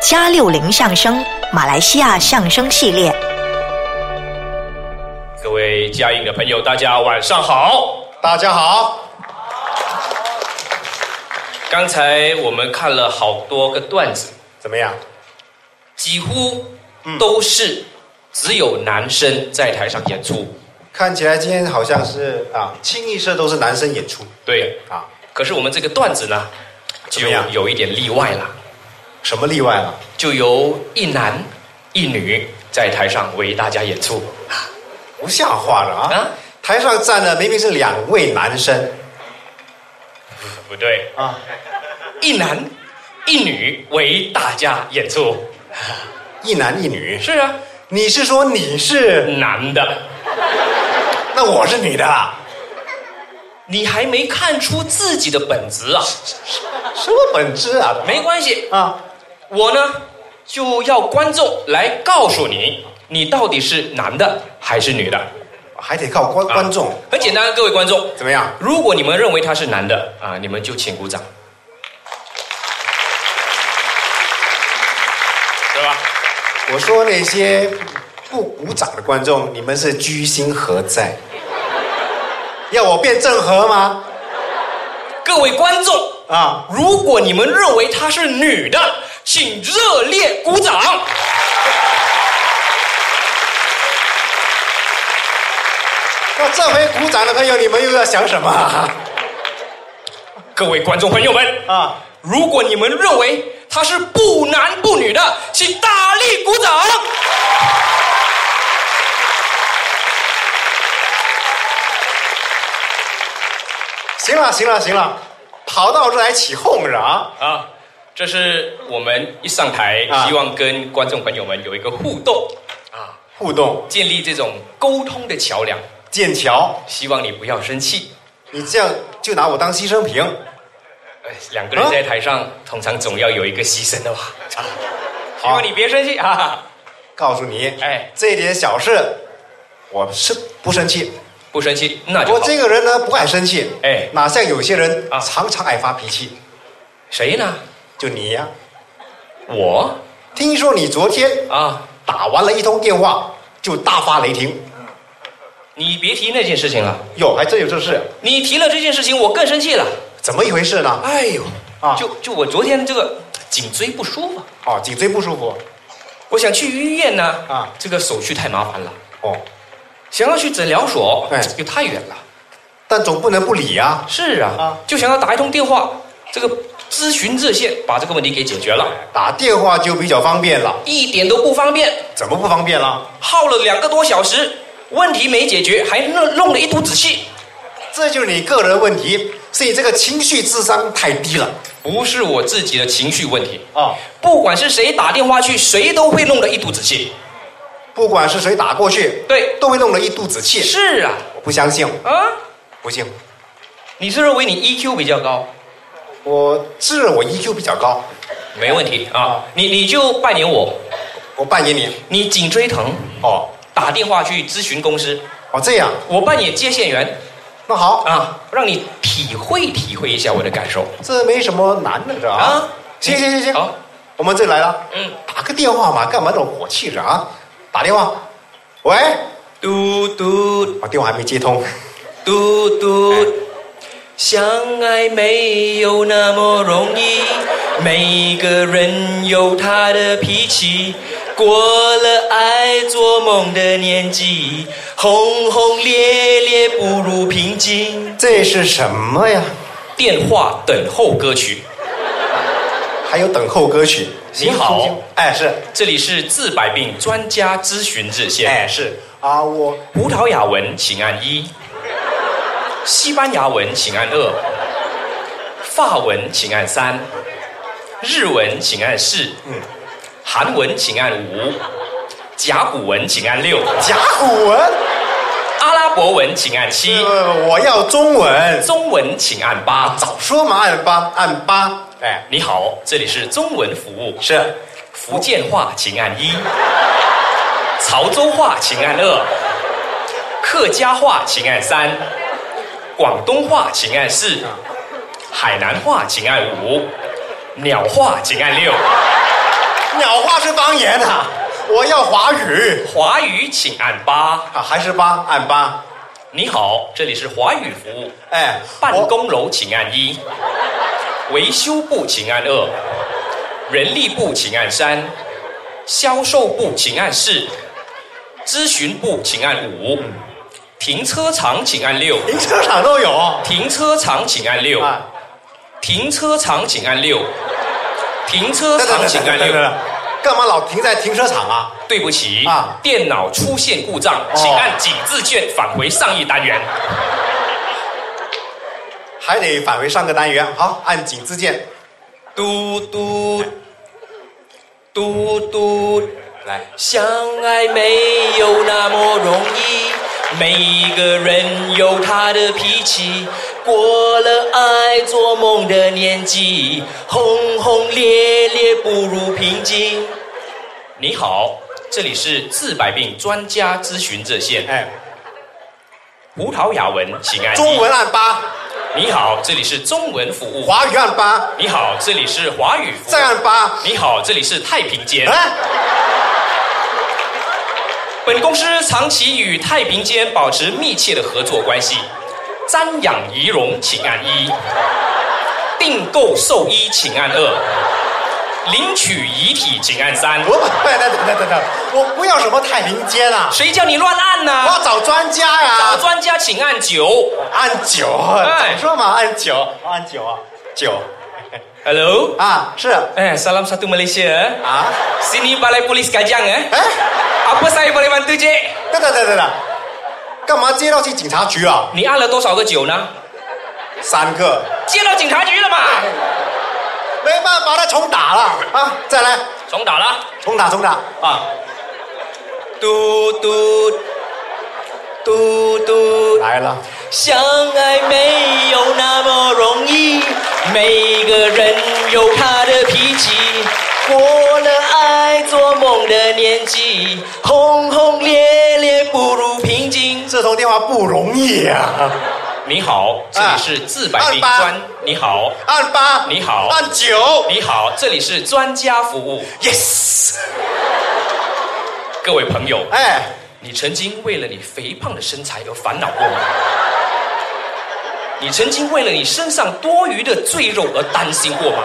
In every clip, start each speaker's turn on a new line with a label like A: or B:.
A: 加六零相声马来西亚相声系列。
B: 各位嘉应的朋友，大家晚上好。
C: 大家好，
B: 刚才我们看了好多个段子，
C: 怎么样？
B: 几乎都是只有男生在台上演出。
C: 看起来今天好像是啊，清一色都是男生演出
B: 对，
C: 啊，
B: 可是我们这个段子呢，
C: 怎
B: 就
C: 么样
B: 有一点例外了，
C: 什么例外啊了？
B: 就由一男一女在台上为大家演出
C: 不像话了啊！
B: 啊？
C: 台上站的明明是两位男生
B: 不对，
C: 啊，
B: 一男一女为大家演出。
C: 一男一女。
B: 是啊，
C: 你是说你是？
B: 男的，
C: 那我是女的啦？
B: 你还没看出自己的本质啊？
C: 什么本质啊？
B: 没关系，
C: 啊，
B: 我呢就要观众来告诉你，你到底是男的还是女的。
C: 还得靠观
B: 啊
C: 观众
B: 很简单，各位观众，
C: 怎么样？
B: 如果你们认为他是男的啊，你们就请鼓掌，对吧？
C: 我说那些不鼓掌的观众，你们是居心何在？要我变郑和吗？
B: 各位观众，
C: 啊，
B: 如果你们认为她是女的，请热烈鼓掌。
C: 那这回鼓掌的朋友，你们又要想什么啊？
B: 各位观众朋友们
C: 啊
B: 如果你们认为她是不男不女的，请大力鼓掌。
C: 行了行了行了，跑到这来起哄了啊！
B: 啊，这是我们一上台，
C: 啊
B: 希望跟观众朋友们有一个互动啊，
C: 互动
B: 建立这种沟通的桥梁。
C: 剑桥，
B: 希望你不要生气。
C: 你这样就拿我当牺牲品？
B: 呃两个人
C: 啊
B: 在台上，通常总要有一个牺牲的吧？啊，希望你别生气啊！
C: 告诉你，
B: 哎
C: 哎，这点小事，我是不生气。
B: 不生气那就
C: 我
B: 好。
C: 这个人呢，不爱生气。
B: 哎
C: 哎，哪像有些人
B: 啊
C: 常常爱发脾气，
B: 谁呢？
C: 就你呀、
B: 我
C: 听说你昨天
B: 啊，
C: 打完了一通电话就大发雷霆，
B: 你别提那件事情了。
C: 哟，还真有这事？
B: 你提了这件事情，我更生气了。
C: 怎么一回事呢？
B: 哎呦，
C: 啊
B: 就就我昨天这个颈椎不舒服，
C: 哦，颈椎不舒服。
B: 我想去医院呢。啊
C: 啊，
B: 这个手续太麻烦了。
C: 哦，
B: 想要去诊疗所，
C: 哎
B: 又太远了。
C: 但总不能不理啊。
B: 是啊，
C: 啊
B: 就想要打一通电话，这个咨询热线把这个问题给解决了，
C: 打电话就比较方便了，
B: 一点都不方便，
C: 怎么不方便了？
B: 耗了两个多小时，问题没解决，还弄弄了一肚子气。
C: 这就是你个人问题，是你这个情绪智商太低了。
B: 不是我自己的情绪问题，
C: 哦，
B: 不管是谁打电话去，谁都会弄得一肚子气。
C: 不管是谁打过去，
B: 对，
C: 都会弄得一肚子气。
B: 是啊，
C: 我不相信，
B: 啊，
C: 不信。
B: 你是认为你 EQ 比较高？
C: 我自认我 EQ 比较高，
B: 没问题啊，你你就扮演我，
C: 我扮演你。
B: 你颈椎疼，
C: 哦，
B: 打电话去咨询公司，
C: 哦这样，
B: 我扮演接线员，
C: 那好，
B: 啊，让你体会体会一下我的感受
C: 这没什么难的，这啊
B: 啊。。
C: 行行行行，
B: 好，
C: 我们这来了，
B: 嗯，
C: 打个电话嘛，干嘛那么火气着啊？打电话，喂，
B: 嘟嘟
C: 我电话还没接通。
B: 嘟嘟，相爱没有那么容易，每个人有他的脾气。过了爱做梦的年纪，轰轰烈烈不如平静。
C: 这是什么呀？
B: 电话等候歌曲，
C: 还有等候歌曲。
B: 你好
C: 行，行行哎是，
B: 这里是治百病专家咨询热线。
C: 哎是啊，我
B: 葡萄牙文请按一，西班牙文请按二，法文请按三，日文请按四，
C: 嗯
B: 韩文请按五，甲骨文请按六，
C: 甲骨文，
B: 阿拉伯文请按七，
C: 呃，我要中文。
B: 中文请按八。
C: 早说嘛，按八按八，哎，
B: 你好，这里是中文服务，
C: 是
B: 福建话请按一，潮州话请按二，客家话请按三，广东话请按四，海南话请按五，鸟话请按六。
C: 鸟话是方言啊，我要华语
B: 华语请按八。
C: 啊，还是八按八。
B: 你好，这里是华语服务。
C: 哎，
B: 办
C: 我
B: 公楼请按一，维修部请按二，人力部请按三，销售部请按四，咨询部请按五，停车场请按六，
C: 停车场都有
B: 停车场请按六，
C: 啊。
B: 停车场请按六，停车
C: 等等
B: 场
C: 等
B: 请
C: 等
B: 按
C: 等等
B: 六。
C: 等，干嘛老停在停车场啊？
B: 对不起
C: 啊
B: 电脑出现故障，请按几字键返回上一单元。
C: 还得返回上个单元。好，按井字键
B: 嘟嘟嘟嘟。
C: 来。
B: 相爱没有那么容易，每一个人有他的脾气。过了爱做梦的年纪，轰轰烈烈不如平静。你好，这里是治百病专家咨询热线。
C: 哎，
B: 葡萄牙文请按一
C: 中。文按八，
B: 你好，这里是中文服务。
C: 华语按八，
B: 你好，这里是华语服务
C: 再。按八。
B: 你好，这里是太平间。
C: 哎，
B: 本公司长期与太平间保持密切的合作关系。瞻仰仪容，请按一；订购寿衣，请按二；领取遗体，请按三。
C: 我等等等等等等，我不要什么太平间啊，
B: 谁叫你乱按呢、
C: 我要找专家呀、
B: 找专家，请按九。
C: 按九，
B: 哎
C: 早说嘛，按九，按九啊，九
B: Hello，
C: 啊，是
B: 哎，salam satu Malaysia. eh？
C: 啊，
B: Sini Balai Polis Kajang eh.
C: 哎，
B: Apa saya boleh bantu cik?
C: 等等等等等，干嘛接到去警察局啊？
B: 你按了多少个九呢？
C: 三个，
B: 接到警察局了嘛？
C: 没办法，他重打了啊，再来，
B: 重打了。
C: 重打重打，
B: 啊，嘟嘟嘟嘟，
C: 来了，
B: 相爱没有那么容易，每个人有他的脾气。过了爱做梦的年纪，轰轰烈烈不如平静。
C: 这通电话不容易啊，
B: 你好，这里是自百病
C: 啊
B: 专。你好，
C: 按八，
B: 你好
C: 按九
B: 你好，这里是专家服务。
C: ，yes，
B: 各位朋友，
C: 哎。
B: 你曾经为了你肥胖的身材而烦恼过吗？你曾经为了你身上多余的赘肉而担心过吗？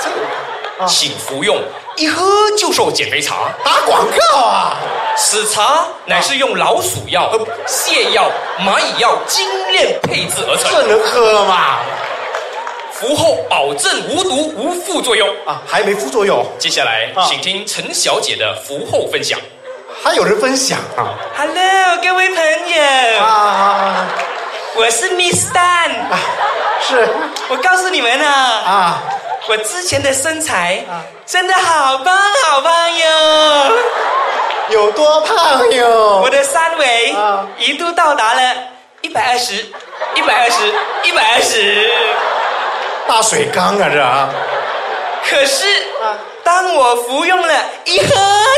C: 这个
B: 请服用一喝就瘦减肥茶。
C: 打广告啊！
B: 此茶乃是用老鼠药、呃泻药、蚂蚁药精炼配制而成，
C: 这能喝吗？
B: 服后保证无毒无副作用。
C: 啊，还没副作用，
B: 接下来，
C: 啊
B: 请听陈小姐的服后分享。
C: 还有人分享啊！
B: Hello，各位朋友，
C: 啊，
B: 我是 Miss Dan。
C: 是
B: 我告诉你们啊，
C: 啊，
B: 我之前的身材真的好棒好棒哟！
C: 哦有多胖
B: 我
C: 哟？
B: 的三围
C: 啊
B: 一度到达了一百二十、一百二十、一百二十。
C: 大水缸啊，这啊，
B: 可是
C: 啊，
B: 当我服用了一喝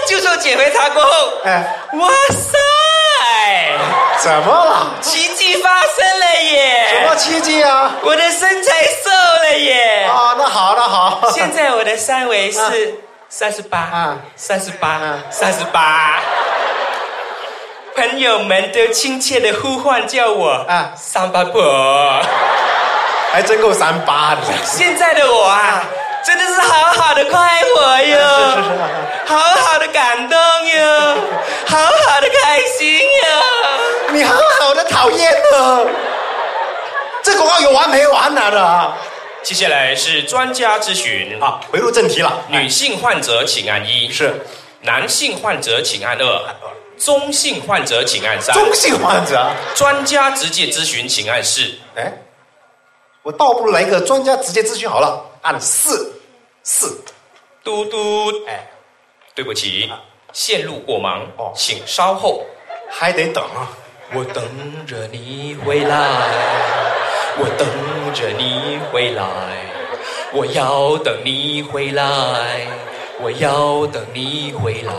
B: 就瘦减肥茶过后，
C: 哎，
B: 哇塞，
C: 怎么了？
B: 奇迹发生了
C: 什么
B: 耶！
C: 奇迹啊？
B: 我的身材瘦了耶！
C: 啊，那好，那 好，
B: 现在我的三围
C: 啊
B: 是三十八
C: 啊，
B: 三十八
C: 啊，
B: 三十八。朋友们都亲切的呼唤叫我啊
C: 啊，
B: 三八 婆。
C: 还真够三八的。
B: 现在的我啊，真的是好好的快活哟
C: 啊是是是，
B: 好好的感动 哟，好好的开心哟。
C: 你好好的讨厌呢，这广告有完没完呢？这啊
B: 接下来是专家咨询
C: 啊，回入正题了。
B: 女性患者请按一，
C: 是
B: 男性患者请按二，中性患者请按三
C: 中性患者。
B: 专家直接咨询，请按四。
C: 哎，我倒不如来一个专家直接咨询好了，按四四。
B: 嘟嘟，
C: 哎，
B: 对不起，线路过忙
C: 哦，
B: 请稍后。
C: 还得等啊。
B: 我等着你回来，我等着你回来，我要等你回来，我要等你回来。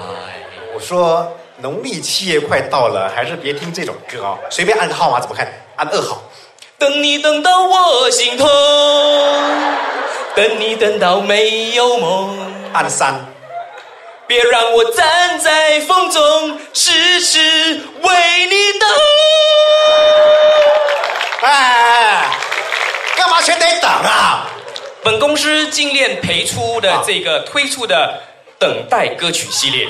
C: 我说农历七月快到了，还是别听这种歌啊、随便按个号码怎么看？按二号。
B: 等你等到我心痛，等你等到没有梦。
C: 按三，
B: 别让我站在风中，痴痴为你等。
C: 哎哎，哎干嘛全得等啊？
B: 本公司精炼培出的这个推出的等待歌曲系列，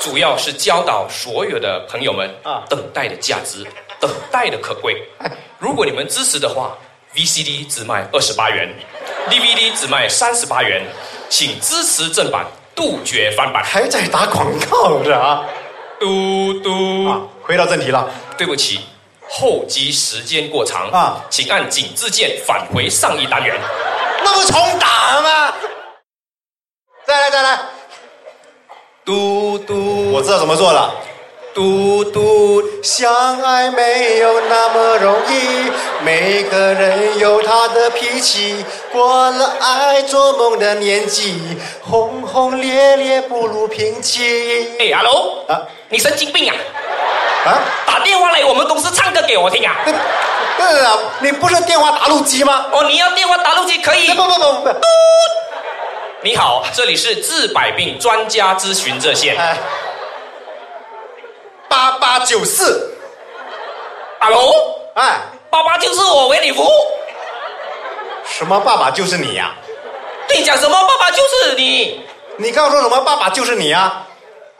B: 主要是教导所有的朋友们
C: 啊哎
B: 等待的价值，等待的可贵。如果你们支持的话，VCD 只卖二十八元，DVD 只卖三十八元，请支持正版，杜绝翻版。
C: 还在打广告是啊？
B: 嘟嘟。
C: 啊，回到正题了。
B: 对不起，候机时间过长
C: 啊
B: 请按井字键返回上一单元。
C: 那不重打吗？再来再来，
B: 嘟
C: 我
B: 嘟
C: 知道怎么做了。
B: 嘟嘟，
C: 相爱没有那么容易，每个人有他的脾气。过了爱做梦的年纪，轰轰烈烈不如平
B: 哎
C: 静。
B: h e l l o
C: 啊
B: 你神经病啊！
C: 啊，
B: 打电话来我们公司唱歌给我听啊！
C: 不是啊，你不是电话打录机吗？
B: 哦，你要电话打录机可以
C: 不。不不不，
B: 你好，这里是治百病专家咨询热线。
C: 哎，八八九四，
B: Hello，
C: 哎，
B: 爸爸就是我为你服务。
C: 什么爸爸就是你呀、
B: 你讲什么？爸爸就是你。
C: 你刚刚说什么爸爸就是你呀、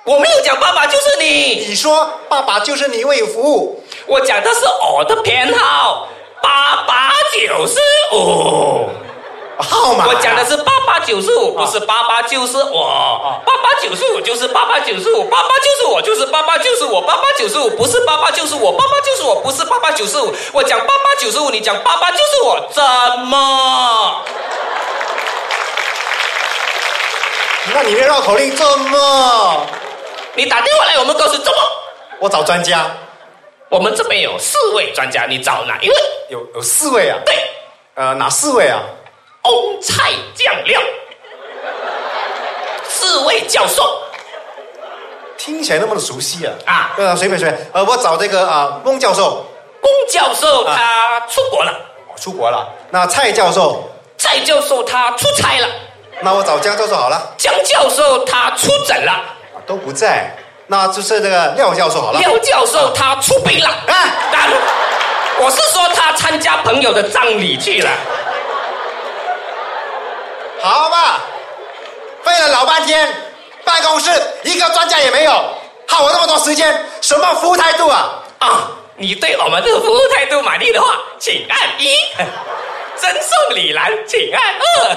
B: 我没有讲爸爸就是你。
C: 你说爸爸就是你为服务，
B: 我讲的是我的偏好，八八九四五。
C: 号码呀、
B: 我讲的是八八九十五，不是八八就是我。八八九十五就是八八九十五，八八就是我，就是八八就是我，八八九十五不是八八就是我，八八就是我不是八八九十五。我讲八八九十五，你讲八八就是我，怎么？
C: 那你的绕口令这么？
B: 你打电话来，我们公司怎么？
C: 我找专家，
B: 我们这边有四位专家，你找哪一位？
C: 有有四位啊，
B: 对，哦
C: 呃，哪四位啊？
B: 翁菜酱料，四位教授
C: 听起来那么的熟悉啊！
B: 啊
C: 呃，随便随便，呃，我找这个啊，翁教授，
B: 龚教授他出国了，
C: 我出国了。那蔡教授，
B: 蔡教授他出差了。
C: 那我找江教授好了，
B: 江教授他出诊了，
C: 啊都不在。那就是这个廖教授好了。哎
B: 廖教授他出殡了，啊，但我是说他参加朋友的葬礼去了。
C: 好吧，费了老半天，办公室一个专家也没有，耗我那么多时间，什么服务态度啊？
B: 啊，你对我们的服务态度满意的话，请按一；哎赠送礼篮，请按二；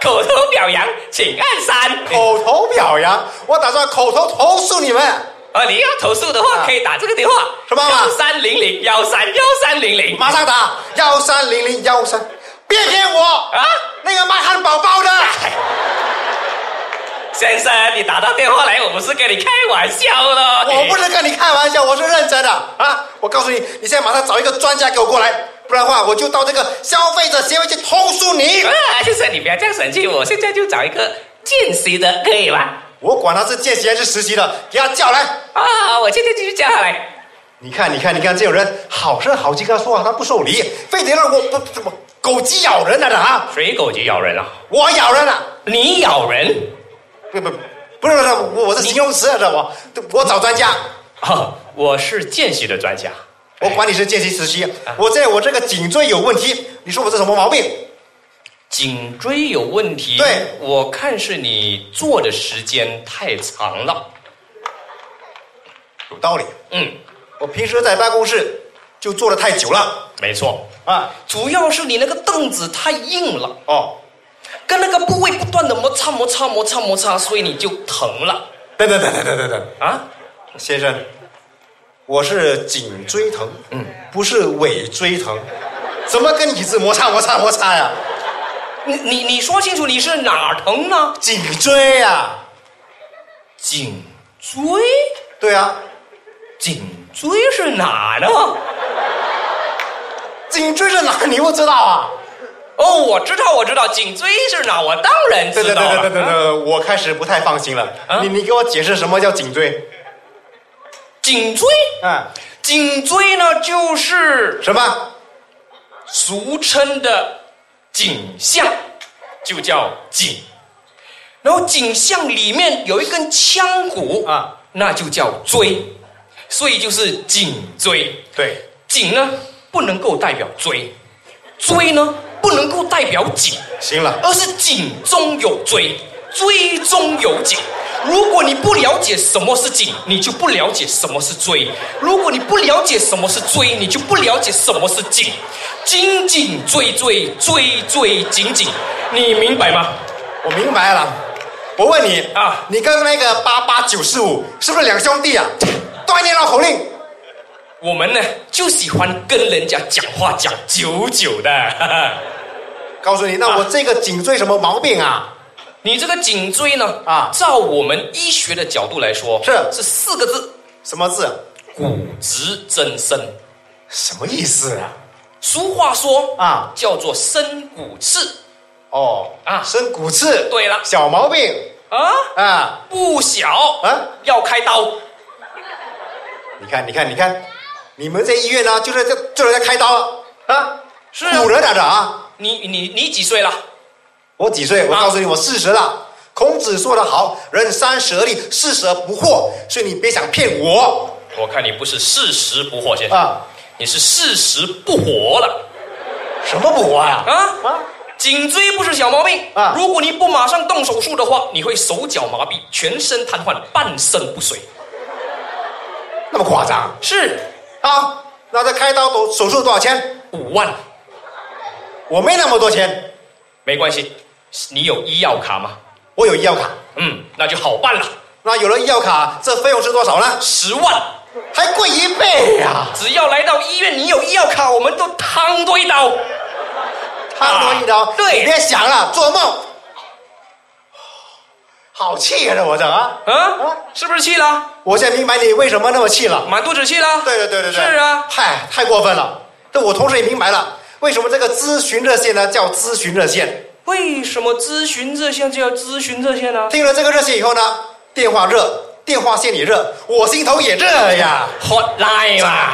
B: 口头表扬，请按三。
C: 口头表扬，我打算口头投诉你们。
B: 啊，你要投诉的话，可以打这个电话，
C: 什么号码
B: 幺三零零幺三幺三零零
C: 马上打幺三零零幺三，别骗我
B: 啊
C: 啊！那个卖汉堡包的，
B: 先生，你打到电话来，我不是跟你开玩笑了。
C: 我不是跟你开玩笑，我是认真的啊！我告诉你，你现在马上找一个专家给我过来，不然的话我就到这个消费者协会去投诉你。
B: 啊， 先生，你不要这样生气，我现在就找一个见习的，可以吧？
C: 我管他是见习还是实习的，给他叫来。
B: 啊，我现在就去叫他 来。
C: 你看，你看，你看，这种人好声好气跟他说话，他不受理，非得让我不怎么狗急咬人了的啊！
B: 谁狗急咬人啊？
C: 我咬人了，
B: 你咬人？
C: 不不不是不是，我我是形容词啊，知道不？我找专家。
B: 哦，我是见习的专家。
C: 我管你是见习实习，我在我这个颈椎有问题，你说我这什么毛病？
B: 颈椎有问题，
C: 对
B: 我看是你坐的时间太长了。
C: 有道理，
B: 嗯，
C: 我平时在办公室就坐的太久了
B: 没错，
C: 啊。
B: 主要是你那个凳子太硬了，
C: 哦，
B: 跟那个部位不断的摩擦摩擦摩擦摩擦，所以你就疼了
C: 等等等等等等等，
B: 啊。
C: 先生，我是颈椎疼，嗯，不是尾椎疼，怎么跟椅子摩擦摩擦摩擦呀？
B: 你你你说清楚你是哪儿疼呢？
C: 颈椎啊呀，
B: 颈椎，
C: 对啊，
B: 颈椎是哪呢？
C: 颈椎是哪？你不知道啊？
B: 哦，我知道，我知道，颈椎是哪，我当然
C: 对
B: 知
C: 对
B: 道
C: 对
B: 了。
C: 对对对对，我开始不太放心了。
B: 啊
C: 你你给我解释什么叫颈椎？
B: 颈椎，
C: 嗯，
B: 颈椎呢，就是
C: 什么？
B: 俗称的颈项，就叫颈。然后颈项里面有一根腔骨
C: 啊
B: 啊，那就叫椎，所以就是颈椎。
C: 对，
B: 颈呢不能够代表椎，椎呢不能够代表颈，
C: 行了，
B: 而是颈中有椎，椎中有颈。如果你不了解什么是颈，你就不了解什么是椎；如果你不了解什么是椎，你就不了解什么是颈。紧紧椎椎，椎椎紧紧，你明白吗？
C: 我明白了。我问你啊
B: 啊，
C: 你跟那个八八九四五是不是两兄弟啊？锻炼绕口令。
B: 我们呢就喜欢跟人家讲话讲久久的。 哈哈
C: 告
B: 啊
C: 诉你，那我这个颈椎什么毛病啊？
B: 你这个颈椎呢？
C: 啊
B: 啊，照我们医学的角度来说，
C: 是
B: 是四个字：
C: 什么字？啊
B: 骨质增生。
C: 什么意思啊？
B: 俗话说
C: 啊
B: 啊，叫做生骨刺
C: 哦
B: 啊
C: 生骨刺。
B: 对了
C: 小毛病
B: 啊，
C: 啊
B: 不小啊，
C: 啊！
B: 要开刀。
C: 你看，你看，你看，你们这医院呢、就是在就是在开刀啊啊！
B: 是啊
C: 苦了点的啊！
B: 你你你几岁了？
C: 我几岁？我
B: 啊
C: 告诉你，我四十了。孔子说得好，人三十而立，四十而不惑，所以你别想骗我
B: 我看你不是事实不惑先生，
C: 啊！
B: 你是事实不活了
C: 什么不惑呀、
B: 啊。
C: 啊？啊，
B: 颈椎不是小毛病
C: 啊
B: 啊！如果你不马上动手术的话，你会手脚麻痹、全身瘫痪、半身不遂。
C: 那么夸张
B: 是
C: 啊？那这开刀手手术多少钱？
B: 五万，
C: 我没那么多钱，
B: 没关系。你有医药卡吗？
C: 我有医药卡。
B: 嗯，那就好办了，
C: 那有了医药卡，这费用是多少呢？
B: 十万，
C: 还贵一倍呀、
B: 只要来到医院，你有医药卡，我们都趟多一刀。
C: 他多一刀，
B: 啊对
C: 你别想了，做梦。好气人啊，我这啊，
B: 啊，是不是气了？
C: 我现在明白你为什么那么气了。
B: 满肚子气了？
C: 对对对对对，
B: 是啊，
C: 嗨，太过分了。这我同时也明白了，为什么这个咨询热线呢叫咨询热线？
B: 为什么咨询热线就要咨询热线呢？
C: 听了这个热线以后呢，电话热，电话线也热，我心头也热呀。
B: hotline 嘛，